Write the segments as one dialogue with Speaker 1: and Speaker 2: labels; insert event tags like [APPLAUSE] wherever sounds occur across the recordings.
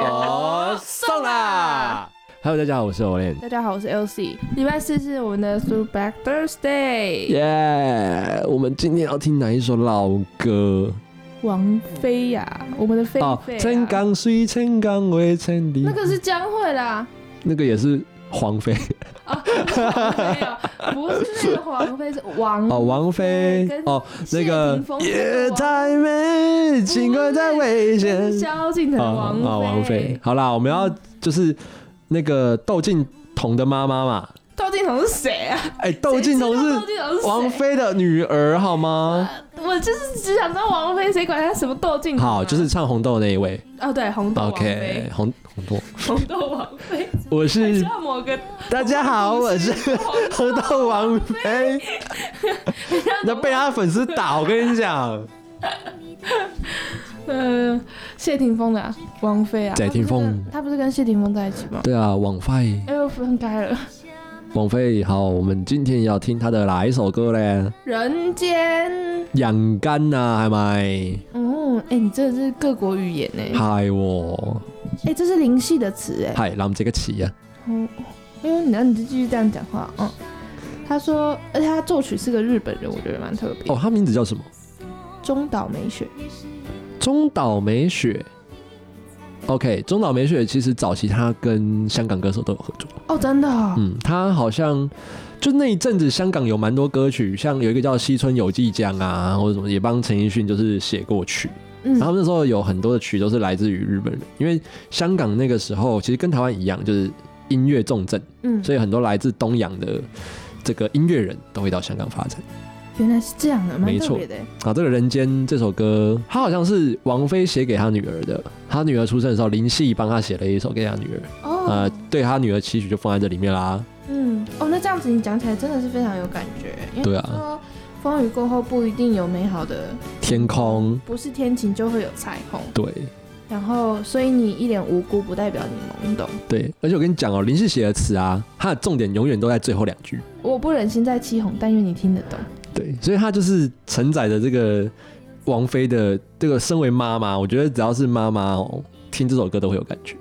Speaker 1: 哦，送啦！Hello，大家好，我是 Olen。
Speaker 2: 大家好，我是 LC。礼拜四是我们的 Throwback Thursday。
Speaker 1: 耶我们今天要听哪一首老歌？
Speaker 2: 王菲呀、我们的菲
Speaker 1: 哦，
Speaker 2: 菲、啊。
Speaker 1: 千港水，千港味，千里。
Speaker 2: 那个是江蕙啦。
Speaker 1: 那个也是黄
Speaker 2: [LAUGHS]
Speaker 1: 飞
Speaker 2: 啊，不是王菲哦，不是那个黄飞，是王
Speaker 1: 哦，王菲
Speaker 2: 跟
Speaker 1: 哦，那个
Speaker 2: 谢霆锋是
Speaker 1: 夜
Speaker 2: 王
Speaker 1: 太美，情歌太危险。
Speaker 2: 萧敬腾的
Speaker 1: 啊
Speaker 2: 嗯王菲。
Speaker 1: 啊，王菲。好啦，我们要就是那个窦靖童的妈妈嘛。
Speaker 2: 窦靖童是谁啊？
Speaker 1: 哎，窦靖童
Speaker 2: 谁知
Speaker 1: 是
Speaker 2: 道窦靖童是谁
Speaker 1: 王。菲的女儿，好吗？
Speaker 2: 我就是只想知道王菲，谁管他什么窦靖童啊、
Speaker 1: 好，就是唱红豆的那一位。
Speaker 2: 哦，对，红豆王菲
Speaker 1: OK，红红豆，
Speaker 2: 红豆王菲，
Speaker 1: 我是
Speaker 2: 叫某个
Speaker 1: 大家好，我是 [LAUGHS] 红豆王 [LAUGHS] 菲。那被他粉丝打，我跟你讲，
Speaker 2: 呃，谢霆锋的、啊、王菲啊，
Speaker 1: 谢霆锋
Speaker 2: 他不是跟他不是跟谢霆锋在一起吗？
Speaker 1: 对啊，王菲，
Speaker 2: 哎呦，分开了。
Speaker 1: 王菲。好，我们今天要听她的哪一首歌嘞？
Speaker 2: 人间，
Speaker 1: 养肝呐，还咪？
Speaker 2: 嗯，哎、你真的是各国语言呢、
Speaker 1: 嗨我，
Speaker 2: 哎、这是林夕的词哎、
Speaker 1: 嗨，那我们这个起啊，
Speaker 2: 嗯，因为你然后你就继续这样讲话，嗯。他说，而且他作曲是个日本人，我觉得蛮特别。
Speaker 1: 哦，她名字叫什么？
Speaker 2: 中岛美雪，
Speaker 1: 中岛美雪。OK，中岛美雪其实早期她跟香港歌手都有合作。
Speaker 2: 哦，真的、哦，
Speaker 1: 嗯，他好像就那一阵子，香港有蛮多歌曲，像有一个叫《西村有纪江》啊，或者什么，也帮陈奕迅就是写过曲。
Speaker 2: 嗯
Speaker 1: 然后那时候有很多的曲都是来自于日本人，因为香港那个时候其实跟台湾一样，就是音乐重镇，
Speaker 2: 嗯，
Speaker 1: 所以很多来自东洋的这个音乐人都会到香港发展。
Speaker 2: 原来是这样的，蛮
Speaker 1: 没
Speaker 2: 特
Speaker 1: 错
Speaker 2: 别的欸。
Speaker 1: 啊，这个《人间》这首歌，他好像是王菲写给他女儿的，他女儿出生的时候，林夕帮他写了一首给他女儿，
Speaker 2: 哦，
Speaker 1: 呃，对他女儿期许就放在这里面啦。
Speaker 2: 嗯，哦，那这样子你讲起来真的是非常有感觉，因为
Speaker 1: 对啊
Speaker 2: 他说风雨过后不一定有美好的
Speaker 1: 天空，
Speaker 2: 不是天晴就会有彩虹，
Speaker 1: 对。
Speaker 2: 然后所以你一脸无辜不代表你懵懂。
Speaker 1: 对，而且我跟你讲哦，林夕写的词啊，它的重点永远都在最后两句。
Speaker 2: 我不忍心再欺哄，但愿你听得懂。
Speaker 1: 对，所以它就是承载着这个王菲的这个身为妈妈，我觉得只要是妈妈哦，听这首歌都会有感觉。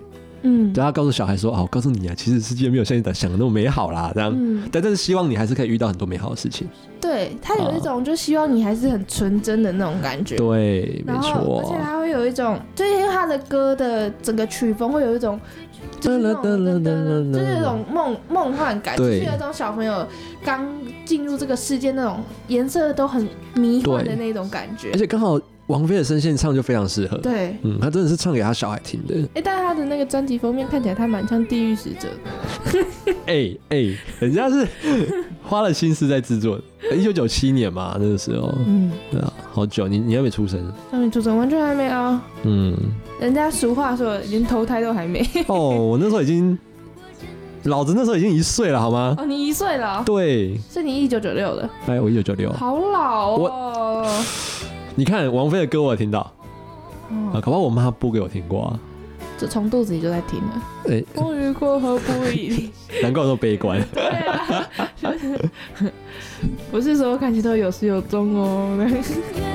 Speaker 2: 嗯
Speaker 1: 对，她告诉小孩说：“哦，我告诉你啊，其实世界没有像你想的那么美好啦。”这样，
Speaker 2: 嗯，
Speaker 1: 但但是希望你还是可以遇到很多美好的事情。
Speaker 2: 对他有一种就希望你还是很纯真的那种感觉。
Speaker 1: 对，没
Speaker 2: 然后，
Speaker 1: 错
Speaker 2: 而。且他会有一种，就是因为他的歌的整个曲风会有一种，就是那种就是有一种梦梦幻感，就是
Speaker 1: 对
Speaker 2: 有一种小朋友刚进入这个世界那种颜色都很迷幻的那种感觉
Speaker 1: 而。且刚好王菲的声线唱就非常适合。
Speaker 2: 对，哎、
Speaker 1: 嗯，她真的是唱给她小孩听的。
Speaker 2: 但他的那个专辑封面看起来他蛮像地狱使者的。
Speaker 1: 哎、哎、人家是花了心思在制作的，一九九七年嘛，那个时候，
Speaker 2: 嗯，
Speaker 1: 对啊，好久，你你还没出生，
Speaker 2: 少女出生完全还没啊，
Speaker 1: 嗯，
Speaker 2: 人家俗话说连投胎都还没。
Speaker 1: [LAUGHS]
Speaker 2: [LAUGHS]
Speaker 1: 哦，我那时候已经，老子那时候已经一岁了，好吗？
Speaker 2: 哦，你一岁了哦，
Speaker 1: 对，
Speaker 2: 是你一九九六的，
Speaker 1: 哎，我一九九六，
Speaker 2: 好老哦。
Speaker 1: 你看王菲的歌我有听到啊，
Speaker 2: 哦，
Speaker 1: 搞不好我妈播给我听过啊，
Speaker 2: 这从肚子里就在听了。
Speaker 1: 哎、
Speaker 2: 风雨过后不一定。 [LAUGHS]
Speaker 1: 难怪我那么悲观，
Speaker 2: 对啊，不是所有感情都有始有终哦。
Speaker 3: 月